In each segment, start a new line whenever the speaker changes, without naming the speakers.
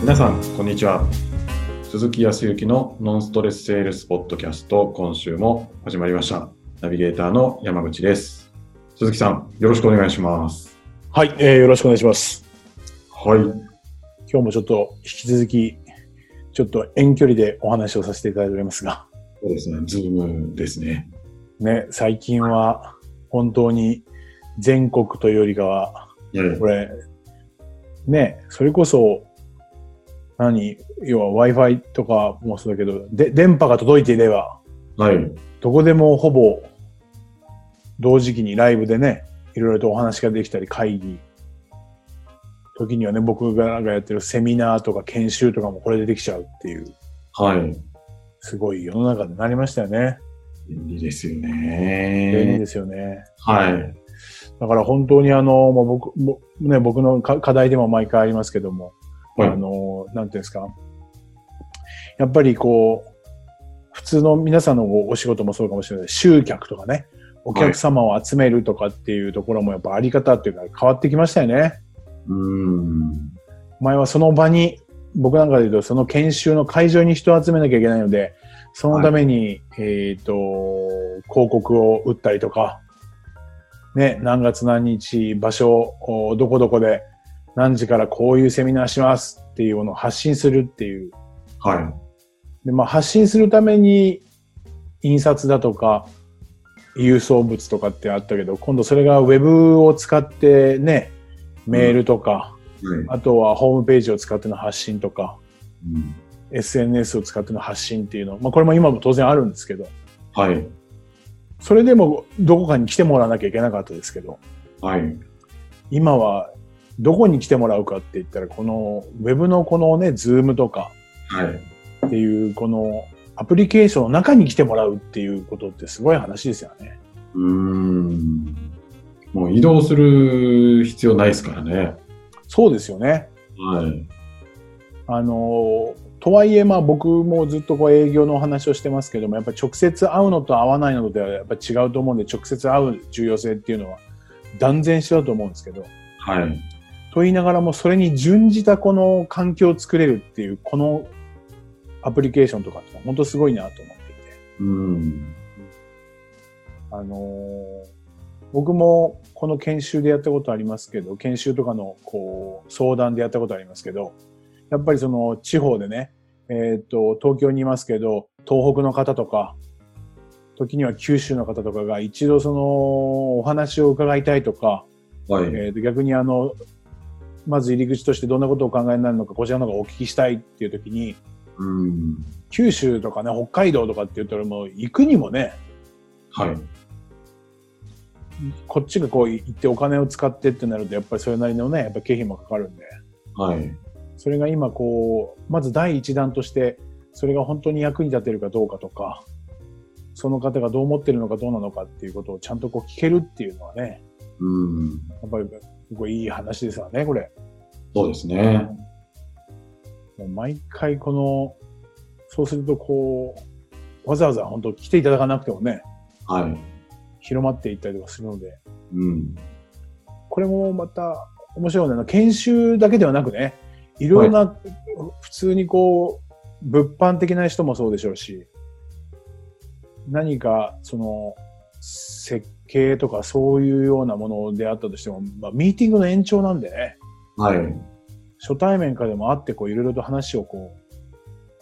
皆さん、こんにちは。鈴木康之のノンストレスセールスポッドキャスト、今週も始まりました。ナビゲーターの山口です。鈴木さん、よろしくお願いします。
はい、えーよろしくお願いします。
はい。
今日もちょっと引き続き、ちょっと遠距離でお話をさせていただいておりますが、
そうですね、ズームですね。
ね、最近は本当に全国というよりかは、
いやいや
これ、ね、それこそ、何、要は Wi-Fi とかもそうだけど、で、電波が届いていれば、
はい。
どこでもほぼ同時期にライブでね、いろいろとお話ができたり、会議、時にはね、僕がなんかやってるセミナーとか研修とかもこれでできちゃうっていう、
はい。
すごい世の中になりましたよね。
便利ですよ
便利
ね。
ですよね。
はい。
だから本当にあの、もう僕も、ね、僕の課課題でも毎回ありますけども、
はい
あの、なんていうんですか。やっぱりこう、普通の皆さんのおお仕事もそうかもしれない。集客とかね、お客様を集めるとかっていうところもやっぱあり方っていうか変わってきましたよね。
うーん。
前はその場に、僕なんかで言うとその研修の会場に人を集めなきゃいけないので、そのために、えっ、と、広告を打ったりとか、ね、何月何日、場所、おどこどこで、何時からこういうセミナーしますっていうのを発信するっていう。
は
で、まあ発信するために、印刷だとか、郵送物とかってあったけど、今度それがウェブを使ってね、メールとか、
い。はい。
あとはホームページを使っての発信とか、
うん、
SNS を使っての発信っていうの、まあ、これも今も当然あるんですけど、
はい。
それでもどこかに来てもらわなきゃいけなかったですけど、
はい。
今はどこに来てもらうかって言ったら、このウェブのこのね、ズームとか
はい。
っていう、このアプリケーションの中に来てもらうっていうことってすごい話ですよね。
うーん。もう移動する必要ないですからね。
そうですよね。
はい。
あのとはいえ、まあ僕もずっとこう営業のお話をしてますけども、やっぱり直接会うのと会わないのではやっぱ違うと思うんで、直接会う重要性っていうのは断然してたと思うんですけど、
はい。
と言いながらもそれに準じたこの環境を作れるっていう、このアプリケーションとかって本当すごいなと思っていて、
うん。
あの僕もこの研修でやったことありますけど、研修とかのこう相談でやったことありますけど、やっぱりその地方でね、えっ、と、東京にいますけど、東北の方とか、時には九州の方とかが一度そのお話を伺いたいとか、
はい。
えーと逆にあの、まず入り口としてどんなことをお考えになるのか、こちらの方がお聞きしたいっていう時に、
うん。
九州とかね、北海道とかって言ったらもう行くにもね、
はい。
こっちがこう行ってお金を使ってってなると、やっぱりそれなりのね、やっぱ経費もかかるんで、
はい。
それが今こう、まず第一弾として、それが本当に役に立てるかどうかとか、その方がどう思ってるのかどうなのかっていうことをちゃんとこう聞けるっていうのはね、
うん。
やっぱりすごいいい話ですわね、これ。
そうですね。
もう毎回この、そうするとこう、わざわざ本当来ていただかなくてもね、
はい。
広まっていったりとかするので、
うん。
これもまた面白いのは、研修だけではなくね、いろんな、普通にこう、物販的な人もそうでしょうし、何か、その、設計とかそういうようなものであったとしても、まあ、ミーティングの延長なんでね、
はい。
初対面からでも会って、こう、いろいろと話をこ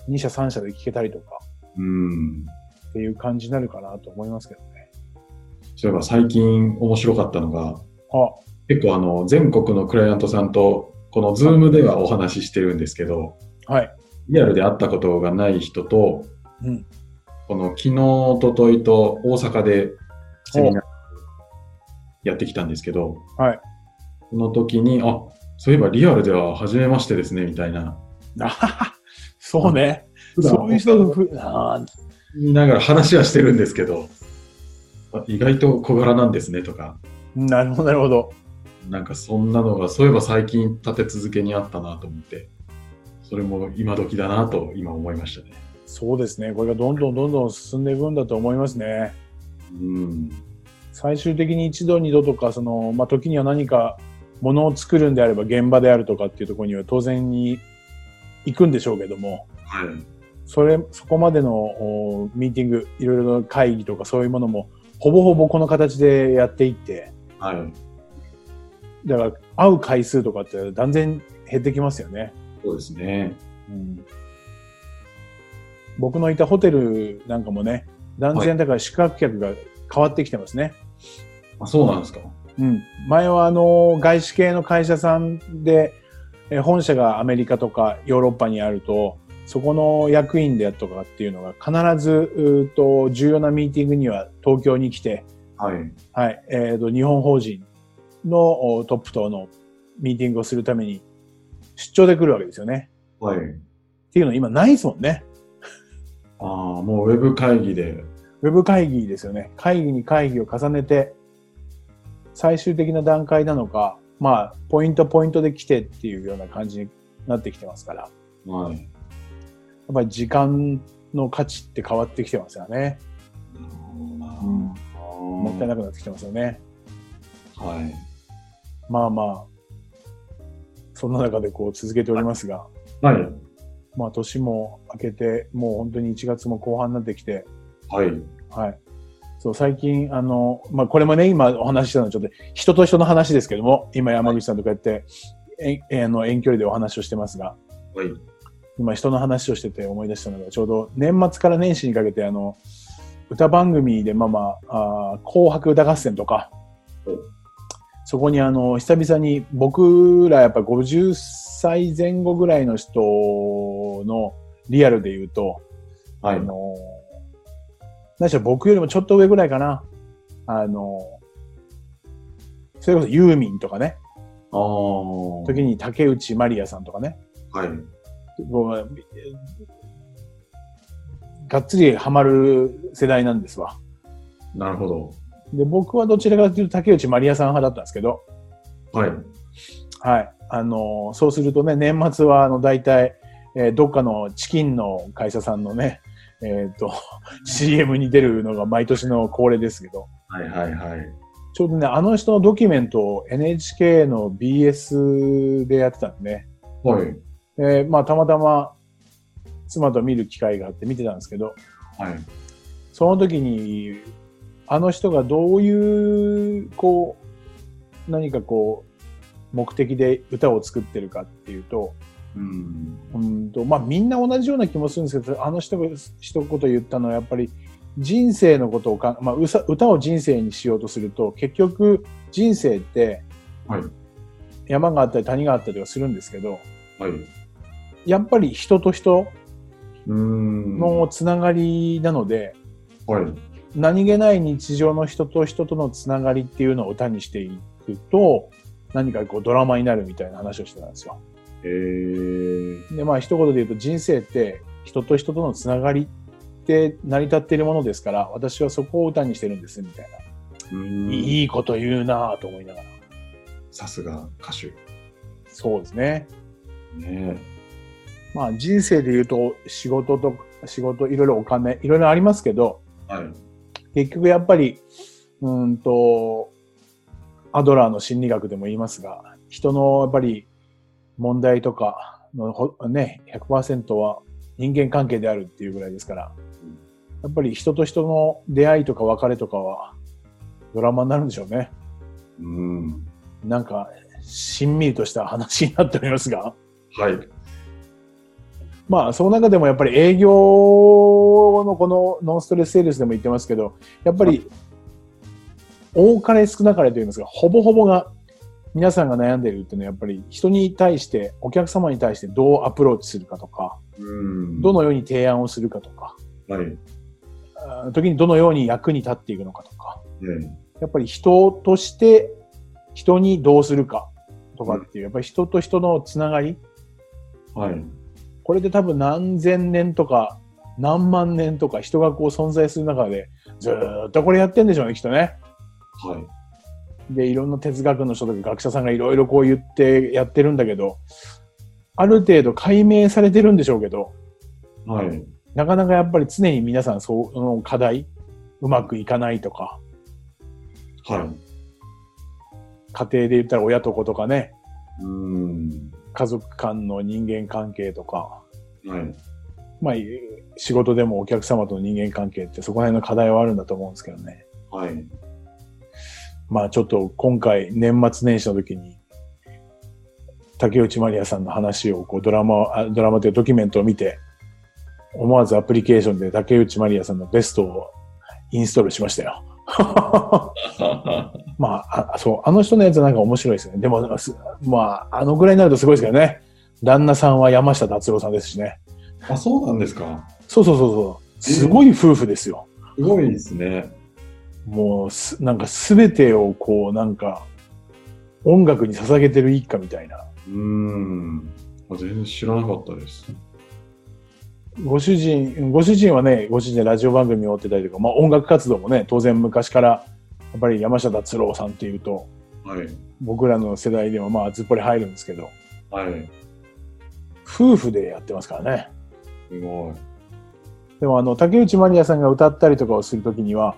う、2社3社で聞けたりとか、
うん。
っていう感じになるかなと思いますけどね。
そういえば最近面白かったのが、
あ、
結構あの、全国のクライアントさんと、このズームではお話ししてるんですけど、
はい。
リアルで会ったことがない人と、
うん。
この昨日、おとといと大阪でセミナーやってきたんですけど、
はい。
その時に、あ、そういえばリアルでは初めましてですね、みたいな。
あはは そうね。
普段
そういう人のふ、あー
見ながら話はしてるんですけど、あ意外と小柄なんですねとか、
なるほど、なるほど。
なんかそんなのが、そういえば最近立て続けにあったなと思って、それも今時だなと今思いましたね。
そうですね。これがどんどんどんどん進んでいくんだと思いますね。
うん。
最終的に一度二度とか、その、まあ、時には何かものを作るんであれば現場であるとかっていうところには当然に行くんでしょうけども、
はい。
それ、そこまでのおミーティング、いろいろな会議とかそういうものも、ほぼほぼこの形でやっていって、
はい。
だから会う回数とかって断然減ってきますよね。
そうですね。
うん、僕のいたホテルなんかもね、断然だから宿泊客が変わってきてますね。
あ、そうなんですか。
うん、前はあの外資系の会社さんで、えー本社がアメリカとかヨーロッパにあるとそこの役員でとかっていうのが必ずうーと重要なミーティングには東京に来て、
はい。
はいえー、と日本法人のおトップとのミーティングをするために出張で来るわけですよね。
はい。
っていうの今ないですもんね。
ああ、もうウェブ会議で。
ウェブ会議ですよね。会議に会議を重ねて、最終的な段階なのか、まあ、ポイントポイントで来てっていうような感じになってきてますから、や
はい。
っぱり時間の価値って変わってきてますよね。
なるほどな
うんもったい
な
なくなってきてますよね。
はい。
まあまあ、そんな中でこう続けておりますが、
はい。
まあ年も明けて、もう本当に1月も後半になってきて、
はい。
はい。そう、最近、あの、まあ、これもね、今お話ししたのはちょっと、人と人の話ですけども、今山口さんとこうやって、ええあの遠距離でお話をしてますが、
はい。
今人の話をしてて思い出したのが、ちょうど年末から年始にかけて、あの、歌番組で、まあまあ、あー紅白歌合戦とか
うん、
そこにあの、久々に僕らやっぱ50歳前後ぐらいの人のリアルで言うと、
は
あ
い。
の、何しろ僕よりもちょっと上ぐらいかな。あの、それこそユーミンとかね、
ああ。
時に竹内まりやさんとかね、
はい。
こうがっつりハマる世代なんですわ。
なるほど。
で、僕はどちらかというと竹内まりやさん派だったんですけど、
はい。
はい。あの、そうするとね、年末は、あの、大体、えーどっかのチキンの会社さんのね、えっ、と、CM に出るのが毎年の恒例ですけど、
はいはいはい。
ちょうどね、あの人のドキュメントを NHK の BS でやってたんでね。
はい。
でまあ、たまたま妻と見る機会があって見てたんですけど、
はい。
その時に、あの人がどういう、こう、何かこう、目的で歌を作ってるかっていうと、
うん。
うんと、まあみんな同じような気もするんですけど、あの人が一言言ったのはやっぱり人生のことをか、まあうさ歌を人生にしようとすると、結局人生って
はい。
山があったり谷があったりはするんですけど、
はい。
やっぱり人と人
うん。
のつながりなので、
はい。
何気ない日常の人と人とのつながりっていうのを歌にしていくと、何かこうドラマになるみたいな話をしてたんですよ。
えー。
でまあ一言で言うと人生って人と人とのつながりって成り立っているものですから私はそこを歌にしてるんですみたいな、
うん
いいこと言うなぁと思いながら
さすが歌手。
そうですね
ね
まあ人生で言うと仕事と仕事いろいろお金いろいろありますけど
はい。
結局やっぱりうーんとアドラーの心理学でも言いますが人のやっぱり問題とかのほね100%は人間関係であるっていうぐらいですからやっぱり人と人の出会いとか別れとかはドラマになるんでしょうね。
うん。
なんか、しんみりとした話になっておりますが。
はい。
まあ、その中でもやっぱり営業のこのノンストレスセールスでも言ってますけど、やっぱり多かれ少なかれと言いますが、ほぼほぼが皆さんが悩んでいるっていうのはやっぱり人に対して、お客様に対してどうアプローチするかとか、
うん。
どのように提案をするかとか、
はい。ね
あー時にどのように役に立っていくのかとか、やっぱり人として人にどうするかとかっていう、やっぱり人と人のつながり、
はい。
これで多分何千年とか何万年とか人がこう存在する中でずーっとこれやってんでしょうね、きっとね。
はい。
で、いろんな哲学の人とか学者さんがいろいろこう言ってやってるんだけど、ある程度解明されてるんでしょうけど、
はい。
なかなかやっぱり常に皆さんそう、その課題、うまくいかないとか、
はい。
家庭で言ったら親と子とかね、
うん。
家族間の人間関係とか、
はい。
まあ、い仕事でもお客様との人間関係ってそこら辺の課題はあるんだと思うんですけどね。
はい。
まあちょっと今回年末年始の時に、竹内まりやさんの話をこうドラマ、あドラマというドキュメントを見て、思わずアプリケーションで竹内まりやさんのベストをインストールしましたよ。まあ、あ、そう、あの人のやつはなんか面白いですね。でも、すまあ、あのぐらいになるとすごいですけどね。旦那さんは山下達郎さんですしね。
あ、そうなんですか。
そうそうそうそう。すごい夫婦ですよ。
すごいですね。
もうす、なんかすべてをこう、なんか、音楽に捧げてる一家みたいな。
うーん。あ全然知らなかったです。
ご主人、ご主人はね、ご主人でラジオ番組を追ってたりとか、まあ音楽活動もね、当然昔から、やっぱり山下達郎さんっていうと、
はい。
僕らの世代でもまあずっぽり入るんですけど、
はい。
夫婦でやってますからね。
すごい。
でもあの竹内まりやさんが歌ったりとかをするときには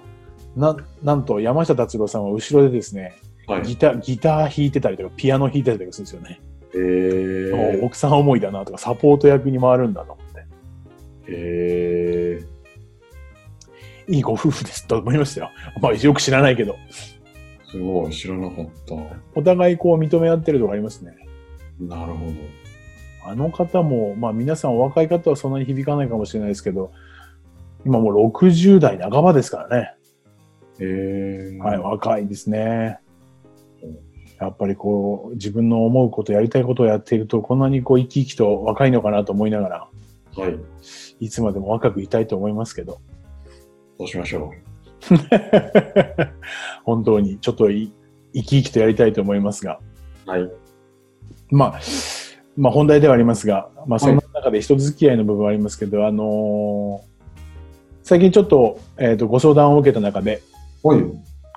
ななんと山下達郎さんは後ろでですね
はい。
ギターギター弾いてたりとかピアノ弾いてたりとかするんですよね、
えー。
奥さん思いだなとかサポート役に回るんだと思って
えー。
いいご夫婦ですと思いましたよまあよく知らないけど
すごい。知らなかった。
お互いこう認め合ってるとこありますね
なるほど。
あの方もまあ皆さんお若い方はそんなに響かないかもしれないですけど今もう60代半ばですからね
えー。
はい、若いですね。やっぱりこう、自分の思うこと、やりたいことをやっていると、こんなにこう、生き生きと若いのかなと思いながら、
はい。
いつまでも若くいたいと思いますけど、
そうしましょ
本当にちょっとい生き生きとやりたいと思いますが、
う。はい。
まあ、まあ本題ではありますが、まあそんな中で人付き合いの部分はありますけど、あのー最近ちょっと、えっ、と、ご相談を受けた中で、
はい。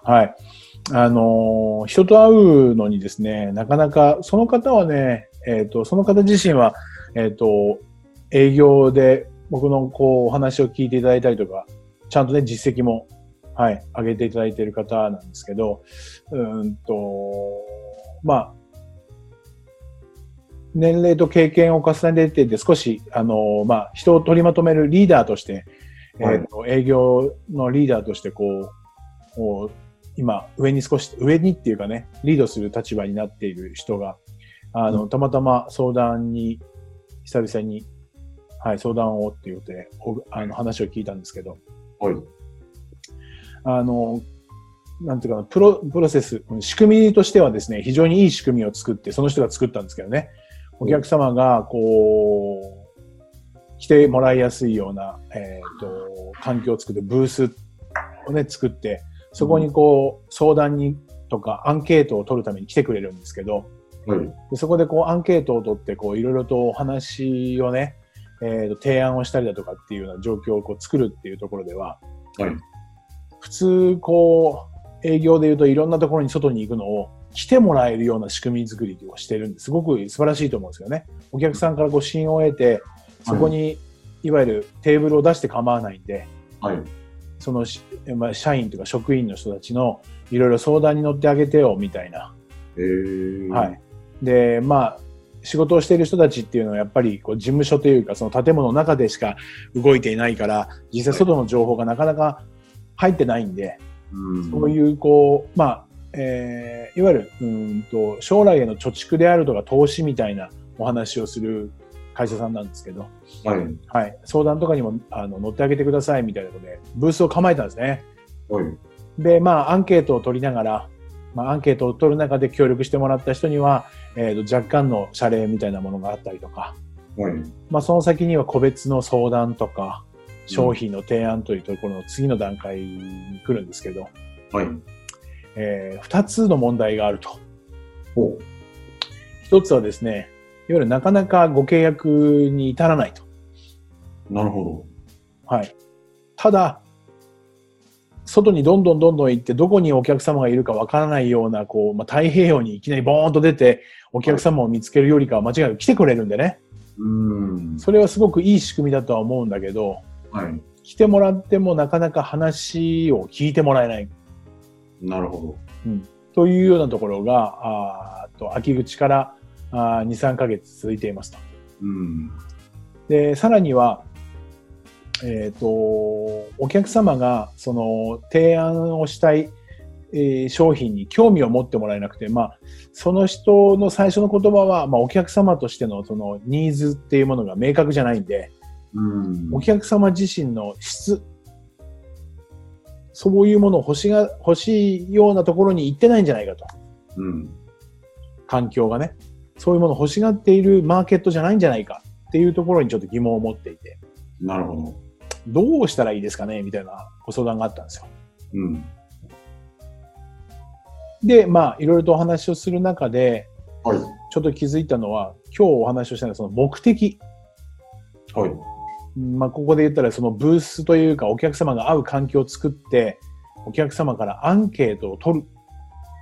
はい。あのー人と会うのにですね、なかなか、その方はね、えっ、と、その方自身は、えっ、と、営業で僕のこう、お話を聞いていただいたりとか、ちゃんとね、実績も、はい、上げていただいている方なんですけど、うーんと、まあ、年齢と経験を重ねていて、少し、あのーまあ、人を取りまとめるリーダーとして、
はい
えっ、と、営業のリーダーとして、こう、こう今、上に少し、上にっていうかね、リードする立場になっている人が、あの、たまたま相談に、久々に、はい、相談をっていうことで、おあの、話を聞いたんですけど、
はい。
あの、なんていうかな、プロ、プロセス、うん仕組みとしてはですね、非常にいい仕組みを作って、その人が作ったんですけどね、お客様が、こう、来てもらいやすいような、えっ、と、環境を作って、ブースをね、作って、そこにこう、相談にとか、アンケートを取るために来てくれるんですけど、
はい。
でそこでこうアンケートを取ってこういろいろとお話をね、えーと提案をしたりだとかっていうような状況をこう作るっていうところでは、
はい
普通こう営業でいうといろんなところに外に行くのを来てもらえるような仕組み作りをしてるんですすごく素晴らしいと思うんですよね。お客さんからこう信を得てそこにいわゆるテーブルを出して構わないんで、
はい。
そのし、まあ、社員とか職員の人たちのいろいろ相談に乗ってあげてよみたいな
えー。
は。い。で、まあ、仕事をしている人たちっていうのはやっぱりこう事務所というかその建物の中でしか動いていないから実際外の情報がなかなか入ってないんで、
うん。
そういうこう、まあ、えーいわゆるうーんと将来への貯蓄であるとか投資みたいなお話をする会社さんなんですけど、
はい。
はい、相談とかにもあの乗ってあげてくださいみたいなことでブースを構えたんですね。
はい。
で、まあ、アンケートを取りながら、まあ、アンケートを取る中で協力してもらった人には、えーと若干の謝礼みたいなものがあったりとか、
はい。
まあ、その先には個別の相談とか、商品の提案というところの次の段階に来るんですけど、
はい。
え2つの問題があると。
ほう。
1つはですね、いわゆるなかなかご契約に至らないと。
なるほ
はい。ただ、外にどんどんどんどん行って、どこにお客様がいるかわからないような、こう、まあ、太平洋にいきなりボーンと出て、お客様を見つけるよりかは間違いなく来てくれるんでね。
ど。うん。
それはすごくいい仕組みだとは思うんだけど、
はい。
来てもらってもなかなか話を聞いてもらえない。
なるほ
というようなところが、あーあと、秋口から、あー2、3ヶ月続いていますと。
うん。
で、さらには、えっ、と、お客様が、その、提案をしたい、えー商品に興味を持ってもらえなくて、まあ、その人の最初の言葉は、まあ、お客様としての、その、ニーズっていうものが明確じゃないんで、
うん。
お客様自身の質、そういうものを欲しが、欲しいようなところに行ってないんじゃないかと。
うん。
環境がね、そういうものを欲しがっているマーケットじゃないんじゃないかっていうところにちょっと疑問を持っていて、
なるほど。
どうしたらいいですかねみたいなご相談があったんですよ。
うん。
で、まあ、いろいろとお話をする中で、
はい。
ちょっと気づいたのは、今日お話をしたのはその目的。
はい。
まあ、ここで言ったらそのブースというかお客様が会う環境を作って、お客様からアンケートを取る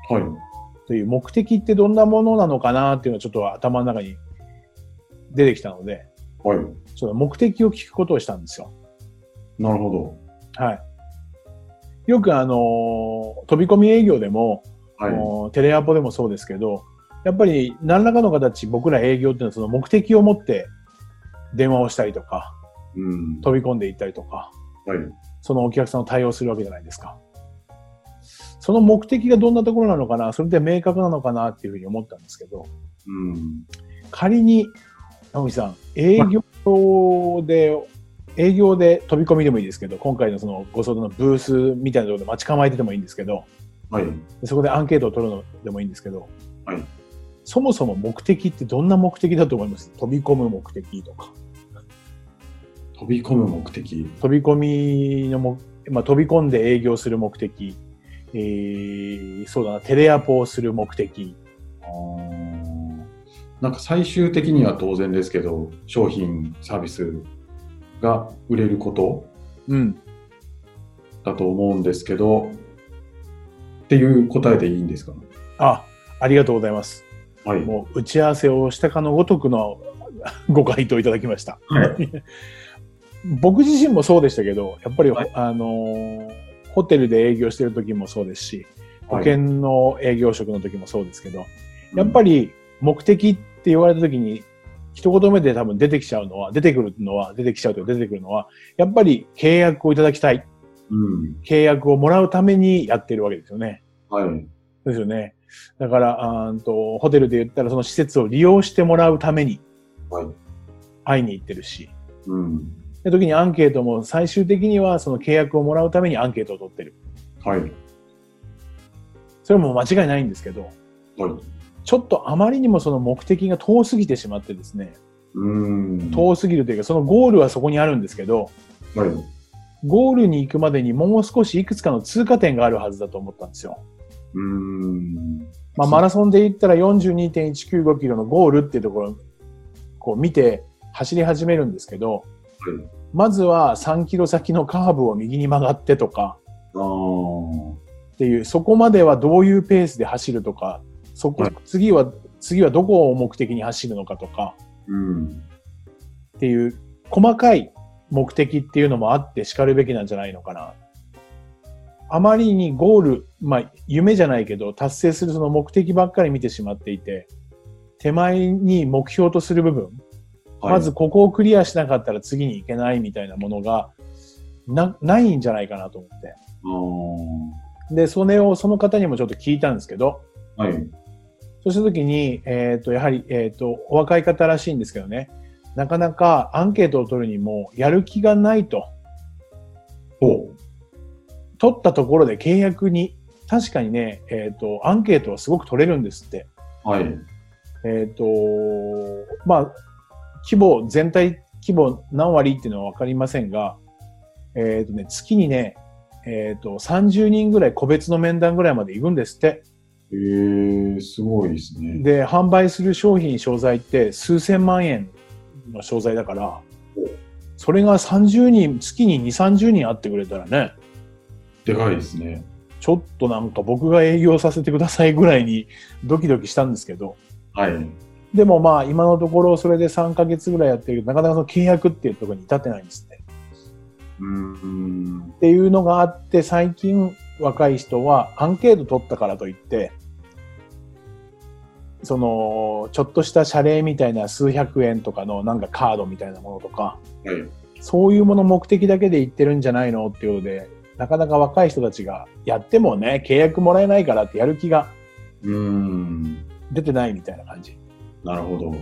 はい。
という目的ってどんなものなのかなっていうのはちょっと頭の中に出てきたので、
はい。
その目的を聞くことをしたんですよ。
なるほ
はい。よくあのー飛び込み営業でも、
ど。はい。
もうテレアポでもそうですけど、やっぱり何らかの形、僕ら営業っていうのはその目的を持って電話をしたりとか、
うん。
飛び込んでいったりとか、
はい。
そのお客さんを対応するわけじゃないですか。その目的がどんなところなのかな、それで明確なのかなっていうふうに思ったんですけど、
うん。
仮に、直木さん、営業で、営業で飛び込みでもいいですけど、今回のそのご相談のブースみたいなところで待ち構えててもいいんですけど、
はい。
でそこでアンケートを取るのでもいいんですけど、
はい
そもそも目的ってどんな目的だと思います飛び込む目的とか。
飛び込む目的。
飛び込みのも、まあ、飛び込んで営業する目的、えー、そうだな、テレアポをする目的。
あーなんか最終的には当然ですけど、商品、サービスが売れること
うん。
だと思うんですけど、っていう答えでいいんですか
あ、ありがとうございます。
はい。
もう打ち合わせをしたかのごとくのご回答いただきました。
はい。
僕自身もそうでしたけど、やっぱり、
はい
あのーホテルで営業してる時もそうですし、保険の営業職の時もそうですけど、やっぱ
り、
り目的って言われた時に、一言目で多分出てきちゃうのは、出てくるのは、出てきちゃうというか出てくるのは、やっぱり契約をいただきたい。
うん。
契約をもらうためにやってるわけですよね。
はい。
ですよね。だから、あーんとホテルで言ったらその施設を利用してもらうために
はい。
会いに行ってるし、
うん。
で時にアンケートも最終的にはその契約をもらうためにアンケートを取ってる。
はい。
それも間違いないんですけど、
はい。
ちょっとあまりにもその目的が遠すぎてしまってですね、
うん。
遠すぎるというか、そのゴールはそこにあるんですけど、
はい。
ゴールに行くまでにもう少しいくつかの通過点があるはずだと思ったんですよ。
うん。
まあ、
そう
マラソンで言ったら42.195キロのゴールっていうところをこう見て走り始めるんですけど、
はい
まずは3キロ先のカーブを右に曲がってとか
ああ。
っていう、そこまではどういうペースで走るとか、そこ
はい、
次は、次はどこを目的に走るのかとか
うん。
っていう細かい目的っていうのもあって叱るべきなんじゃないのかな。あまりにゴール、まあ夢じゃないけど達成するその目的ばっかり見てしまっていて、手前に目標とする部分、
はい
まず、ここをクリアしなかったら次に行けないみたいなものがなないんじゃないかなと思って。
ああ。
で、それをその方にもちょっと聞いたんですけど、
はい。
そうした時に、えっ、と、やはり、えっ、と、お若い方らしいんですけどね、なかなかアンケートを取るにもやる気がないと、
ほ
取ったところで契約に、確かにね、えっ、と、アンケートはすごく取れるんですって。
う。はい。
えっ、と、まあ、規模、全体規模何割っていうのはわかりませんが、えっ、とね、月にね、えっ、と、30人ぐらい個別の面談ぐらいまで行くんですって。
えー、すごいですね。
で、販売する商品、商材って数千万円の商材だから、それが30人、月に2、30人会ってくれたらね、
でかいですね。
ちょっとなんか僕が営業させてくださいぐらいにドキドキしたんですけど、
はい。
でもまあ今のところそれで3ヶ月ぐらいやってるけど、なかなかその契約っていうところに至ってないんですね。
うん。
っていうのがあって、最近若い人はアンケート取ったからといって、そのちょっとした謝礼みたいな数百円とかのなんかカードみたいなものとか
はい。
そういうもの目的だけで行ってるんじゃないのっていうことでなかなか若い人たちがやってもね契約もらえないからってやる気が
うーん。
出てないみたいな感じ
なるほど。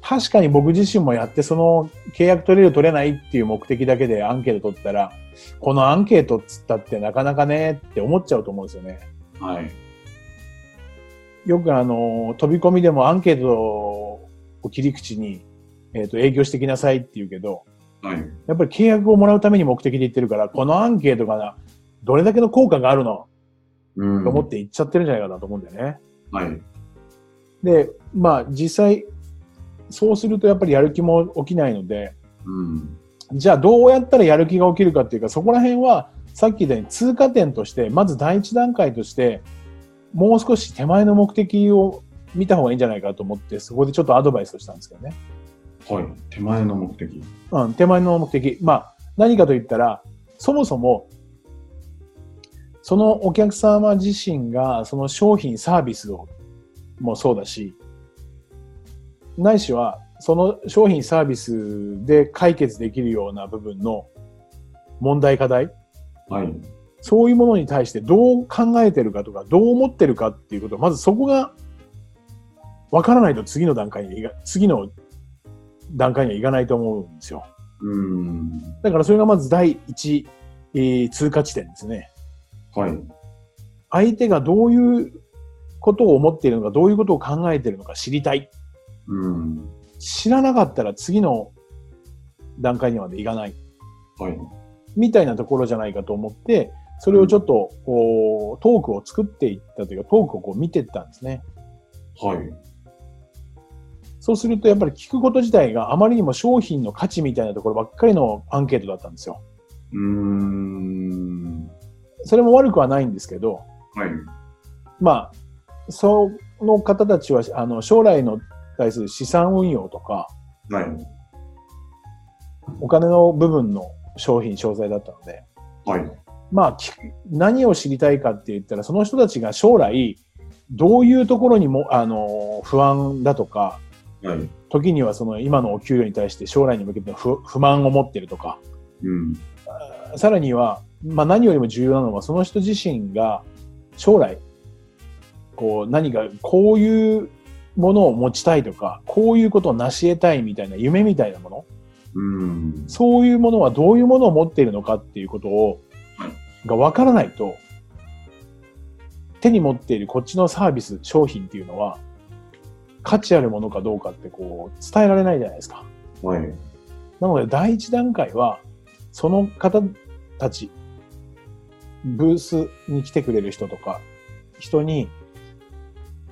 確かに僕自身もやってその契約取れる取れないっていう目的だけでアンケート取ったらこのアンケートっつったってなかなかねって思っちゃうと思うんですよね。
はい。
よくあの、飛び込みでもアンケートを切り口に、えっ、と、営業してきなさいって言うけど、
はい。
やっぱり契約をもらうために目的で言ってるから、このアンケートがな、どれだけの効果があるの
うん。
と思って言っちゃってるんじゃないかなと思うんだよね。
はい。
で、まあ実際、そうするとやっぱりやる気も起きないので、
うん。
じゃあどうやったらやる気が起きるかっていうか、そこら辺はさっき言ったように通過点として、まず第一段階として、もう少し手前の目的を見た方がいいんじゃないかと思って、そこでちょっとアドバイスをしたんですけどね。
はい。手前の目的。
うん、手前の目的。まあ、何かと言ったら、そもそも、そのお客様自身が、その商品、サービスを、もそうだし、ないしは、その商品、サービスで解決できるような部分の問題、課題、
はい。
そういうものに対してどう考えてるかとか、どう思ってるかっていうこと、まずそこが分からないと次の段階にいが、次の段階にはいかないと思うんですよ。
うん。
だからそれがまず第一、えー通過地点ですね。
はい。
相手がどういうことを思っているのか、どういうことを考えているのか知りたい。
うん。
知らなかったら次の段階にまでいかない。
はい。
みたいなところじゃないかと思って、それをちょっと、こう、トークを作っていったというか、トークをこう見ていったんですね。
はい。
そうすると、やっぱり聞くこと自体があまりにも商品の価値みたいなところばっかりのアンケートだったんですよ。
うーん。
それも悪くはないんですけど、
はい。
まあ、その方たちは、あの、将来の対する資産運用とか、
はい。
お金の部分の商品、商材だったので、
はい。
まあ、聞く何を知りたいかって言ったら、その人たちが将来、どういうところにも、あの、不安だとか、
はい。
時にはその今のお給料に対して将来に向けての不不満を持ってるとか、
うん。
さらには、まあ、何よりも重要なのはその人自身が将来こう何かこういうものを持ちたいとかこういうことを成し得たいみたいな夢みたいなもの
うん。
そういうものはどういうものを持っているのかっていうことを
はい
が分からないと手に持っているこっちのサービス商品っていうのは価値あるものかどうかってこう伝えられないじゃないですか。
はい。
なので、第一段階は、その方たち、ブースに来てくれる人とか、人に、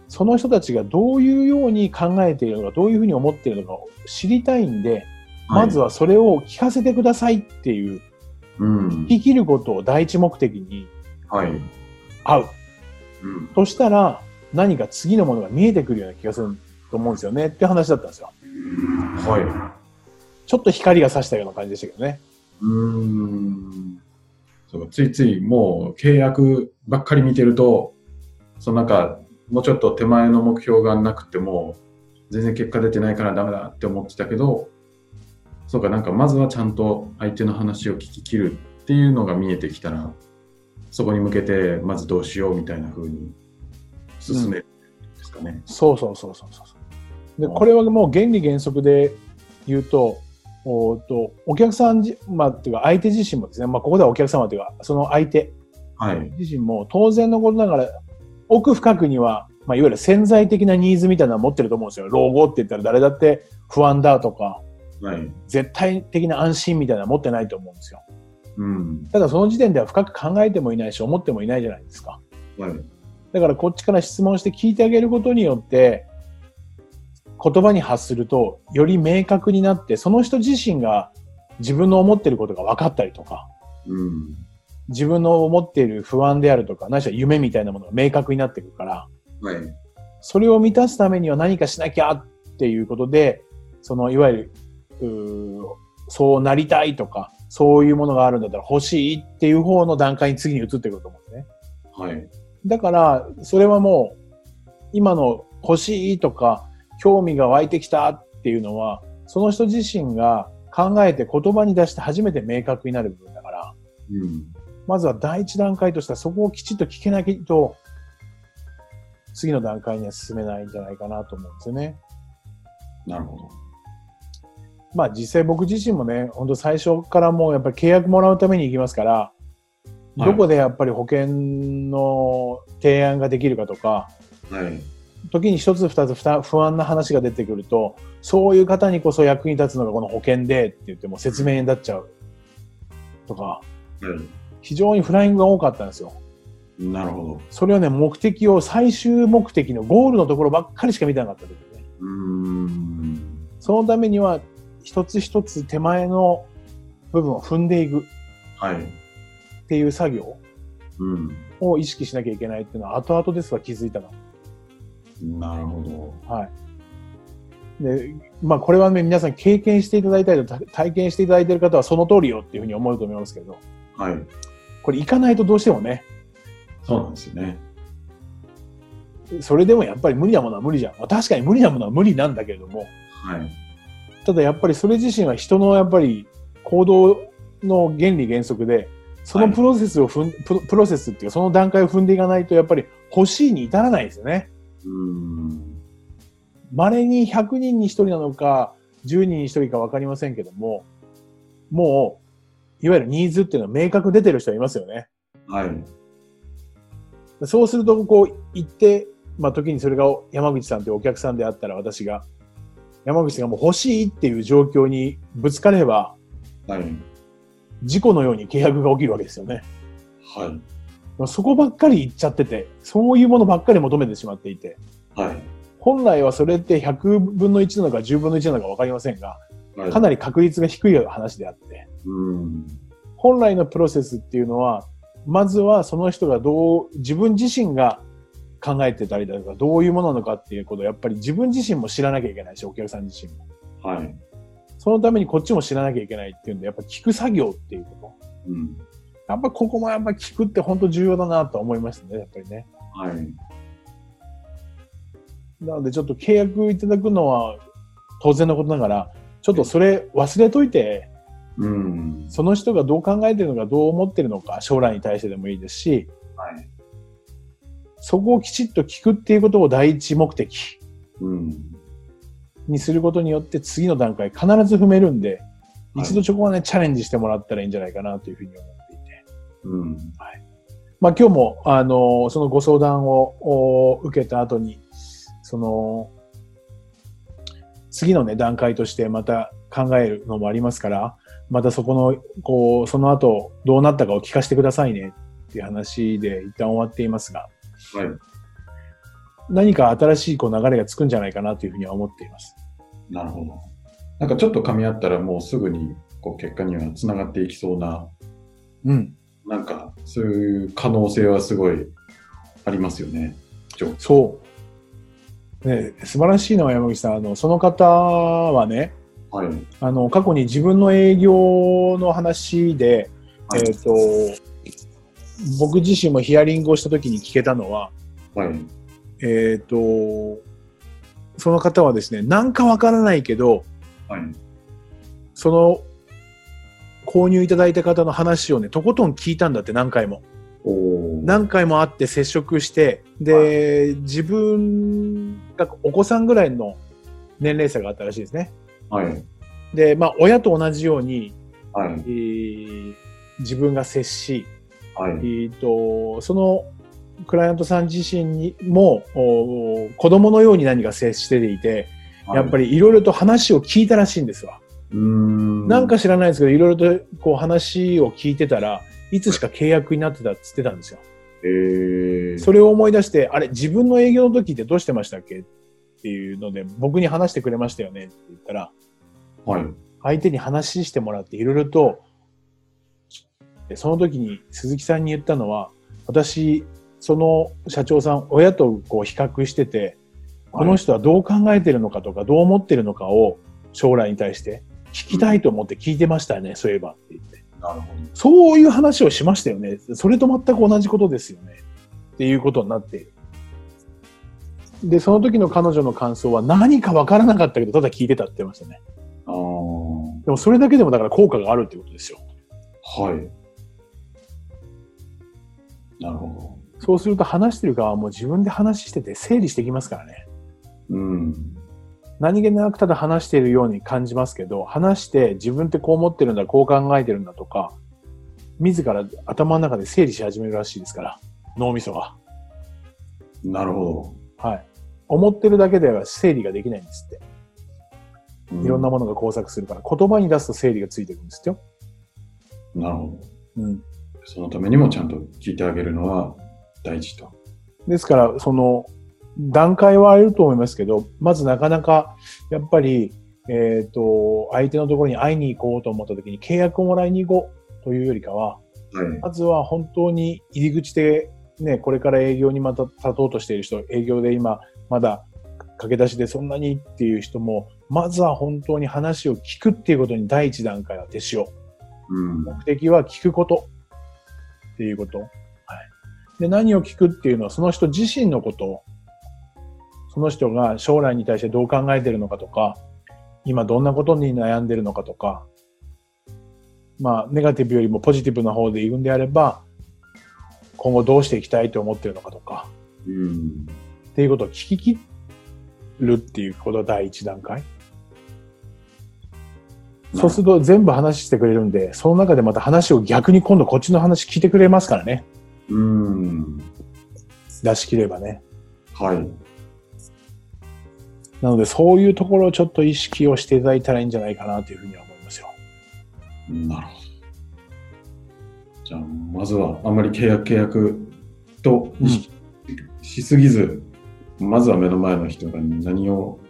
その人たちがどういうように考えているのか、どういうふうに思っているのかを知りたいんで、まず
は
はそれを聞かせてくださいっていう、
い。うん。
聞き切ることを第一目的に
はい。
会う。
うん。
としたら、何か次のものが見えてくるような気がすると思うんですよねって話だったんですよ。
は
ちょっと光が差したような感じでしたけどね。
い。うん。そうかついついもう契約ばっかり見てると、そのなんか、もうちょっと手前の目標がなくても、全然結果出てないからダメだって思ってたけど、そうか、なんかまずはちゃんと相手の話を聞き切るっていうのが見えてきたら、そこに向けてまずどうしようみたいな風に進めるんですかね。
そうそうそうそうそうそう。で、
うん
これはもう原理原則で言うと、おーっとお客さんじ、まあ、っていうか相手自身もですね、まあ、ここではお客様というか、その相手
はい。
自身も当然のことながら、奥深くには、まあ、いわゆる潜在的なニーズみたいなのを持ってると思うんですよ。老後って言ったら誰だって不安だとか、
はい。
絶対的な安心みたいなのは持ってないと思うんですよ。
うん。
ただその時点では深く考えてもいないし、思ってもいないじゃないですか。
はい。
だからこっちから質問して聞いてあげることによって、言葉に発すると、より明確になって、その人自身が自分の思っていることが分かったりとか、
うん。
自分の思っている不安であるとか、ないしは夢みたいなものが明確になってくるから、
はい。
それを満たすためには何かしなきゃっていうことで、そのいわゆる、うーそうなりたいとか、そういうものがあるんだったら欲しいっていう方の段階に次に移ってくると思うんですね。
はい。
だから、それはもう、今の欲しいとか、興味が湧いてきたっていうのは、その人自身が考えて言葉に出して初めて明確になる部分だから、
うん。
まずは第一段階としてはそこをきちっと聞けないと、次の段階には進めないんじゃないかなと思うんですよね。
なるほど。
まあ実際僕自身もね、本当最初からもうやっぱり契約もらうために行きますから、
はい
どこでやっぱり保険の提案ができるかとか、
はい。
時に一つ二つふた不安な話が出てくると、そういう方にこそ役に立つのがこの保険でって言ってもう説明になっちゃうとか、
は
非常にフライングが多かったんですよ。
い。なるほど。
それをね、目的を最終目的のゴールのところばっかりしか見てなかったんですよね。
うーん。
そのためには、一つ一つ手前の部分を踏んでいくっ
はい。
ていう作業
うん。
を意識しなきゃいけないっていうのは、後々ですが気づいたな。
なるほど。
はい。で、まあこれはね、皆さん経験していただいたりと、た体験していただいている方はその通りよっていうふうに思うと思いますけど、
はい。
これ行かないとどうしてもね、
そうなんですよね。
それでもやっぱり無理なものは無理じゃん。まあ確かに無理なものは無理なんだけれども、
はい。
ただやっぱりそれ自身は人のやっぱり行動の原理原則で、そのプロセスを踏ん、プロプロセスっていうかその段階を踏んでいかないとやっぱり欲しいに至らないですよね。
うーん。
稀に100人に1人なのか、10人に1人か分かりませんけども、もう、いわゆるニーズっていうのは明確に出てる人はいますよね。
はい。
そうすると、こう、行って、まあ、時にそれが山口さんというお客さんであったら私が、山口がもう欲しいっていう状況にぶつかれば、
はい。
事故のように契約が起きるわけですよね。
はい。
まあそこばっかり行っちゃってて、そういうものばっかり求めてしまっていて、
はい。
本来はそれって100分の1なのか10分の1なのか分かりませんが、
はい。
かなり確率が低い話であって、
うーん。
本来のプロセスっていうのは、まずはその人がどう、自分自身が考えてたりだとか、どういうものなのかっていうことをやっぱり自分自身も知らなきゃいけないし、お客さん自身も。
はい。
そのためにこっちも知らなきゃいけないっていうんで、やっぱ聞く作業っていうこと。
うん。
やっぱここもやっぱ聞くって本当重要だなとは思いましたね、やっぱりね。
はい。
なのでちょっと契約いただくのは当然のことながら、ちょっとそれ忘れといて、
うん。
その人がどう考えてるのか、どう思ってるのか、将来に対してでもいいですし、
はい。
そこをきちっと聞くっていうことを第一目的
うん。
にすることによって次の段階必ず踏めるんで、
はい
一度そこはね、チャレンジしてもらったらいいんじゃないかなというふうに思っていて。
うん。
まあ今日も、あのそのご相談をお受けた後に、その、次のね、段階としてまた考えるのもありますから、またそこの、こう、その後どうなったかを聞かせてくださいねっていう話で一旦終わっていますが、
はい。
何か新しいこう流れがつくんじゃないかなというふうには思っています。
なるほど。なんかちょっと噛み合ったらもうすぐにこう結果にはつながっていきそうな、
うん。
なんかそういう可能性はすごいありますよね。
そう。ね、素晴らしいのは山口さん、あの、その方はね、
はい。は
あの、過去に自分の営業の話で、
い。
えっ、と、僕自身もヒアリングをした時に聞けたのは、
はい。
えっ、と、その方はですね、なんかわからないけど、
はい。
その、購入いただいた方の話をね、とことん聞いたんだって何回も。
おお。
何回も会って接触して、で、自分がお子さんぐらいの年齢差があったらしいですね。
はい。
で、まあ、親と同じように、
はい。
えー自分が接し、
は
え
い。
ーと、そのクライアントさん自身にも、お子供のように何か接していて、やっぱ
り。
りいろいろと話を聞いたらしいんですわ。
うーん。
なんか知らないですけど、いろいろとこう話を聞いてたら、いつしか契約になってたって言ってたんですよ。
えー。
それを思い出して、あれ、自分の営業の時ってどうしてましたっけっていうので、僕に話してくれましたよねって言ったら、
はい。
相手に話してもらっていろいろと、でその時に鈴木さんに言ったのは、私、その社長さん、親とこう比較してて、この人はどう考えてるのかとか、どう思ってるのかを将来に対して聞きたいと思って聞いてましたね、そういえばって言って。
なるほ
そういう話をしましたよね。それと全く同じことですよね。っていうことになっている。で、その時の彼女の感想は何かわからなかったけど、ただ聞いてたって言ってましたね。
ああ、は
でもそれだけでもだから効果があるってことですよ。
い。なるほ
そうすると話してる側も自分で話してて整理してきますからね。
ど。うん。
何気なくただ話しているように感じますけど、話して自分ってこう思ってるんだ、こう考えてるんだとか、自ら頭の中で整理し始めるらしいですから、脳みそが。
なるほ
はい。思ってるだけでは整理ができないんですって。
ど。う
いろんなものが交錯するから、言葉に出すと整理がついてくるんですよ。
なるほ
うん。
ど。そのためにもちゃんと聞いてあげるのは大事と。
ですから、その、段階はあると思いますけど、まずなかなか、やっぱり、えっ、と、相手のところに会いに行こうと思った時に契約をもらいに行こうというよりかは、
はい。
まずは本当に入り口で、ね、これから営業にまた立とうとしている人、営業で今、まだ駆け出しでそんなにっていう人も、まずは本当に話を聞くっていうことに第一段階は手塩。
うん。
目的は聞くことっていうこと。はい。で、何を聞くっていうのは、その人自身のこと。その人が将来に対してどう考えてるのかとか、今どんなことに悩んでるのかとか、まあ、ネガティブよりもポジティブな方で言うんであれば、今後どうしていきたいと思ってるのかとか、
うん。
っていうことを聞き切るっていうことが第一段階。そうすると全部話してくれるんで、その中でまた話を逆に今度こっちの話聞いてくれますからね。
うん。
出し切ればね。
はい。
なのでそういうところをちょっと意識をしていただいたらいいんじゃないかなというふうには思いますよ。
なるほど。じゃあ、まずはあんまり契約契約と意識しすぎず、まずは目の前の人が何を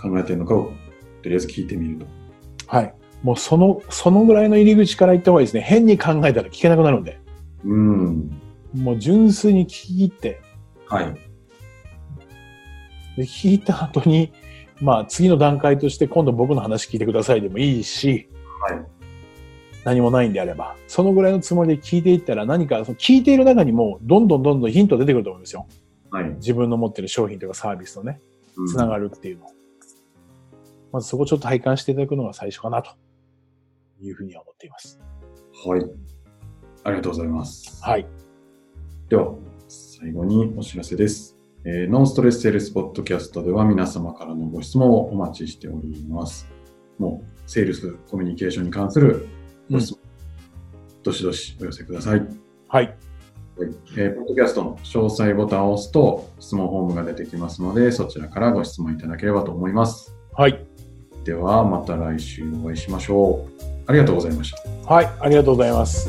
考えているのかをとりあえず聞いてみると。
はい。もうその、そのぐらいの入り口から行った方がいいですね。変に考えたら聞けなくなるんで。
うん。
もう純粋に聞き入って、
はい。
で聞き入った後に、まあ次の段階として今度僕の話聞いてくださいでもいいし、
はい
何もないんであれば、そのぐらいのつもりで聞いていったら何か、その聞いている中にもどんどんどんどんヒント出てくると思うんですよ。
はい。
自分の持ってる商品とかサービスとね。つながるっていうの。まずそこちょっと体感していただくのが最初かなというふうには思っています。
はい。ありがとうございます。
はい。
では、最後にお知らせです。えーノンストレスセールスポッドキャストでは皆様からのご質問をお待ちしております。もう、セールス、コミュニケーションに関するご質問、どしどしお寄せください。
はい。
えーポッドキャストの詳細ボタンを押すと質問フォームが出てきますので、そちらからご質問いただければと思います。
はい。
では、また来週お会いしましょう。ありがとうございました。
はい。ありがとうございます。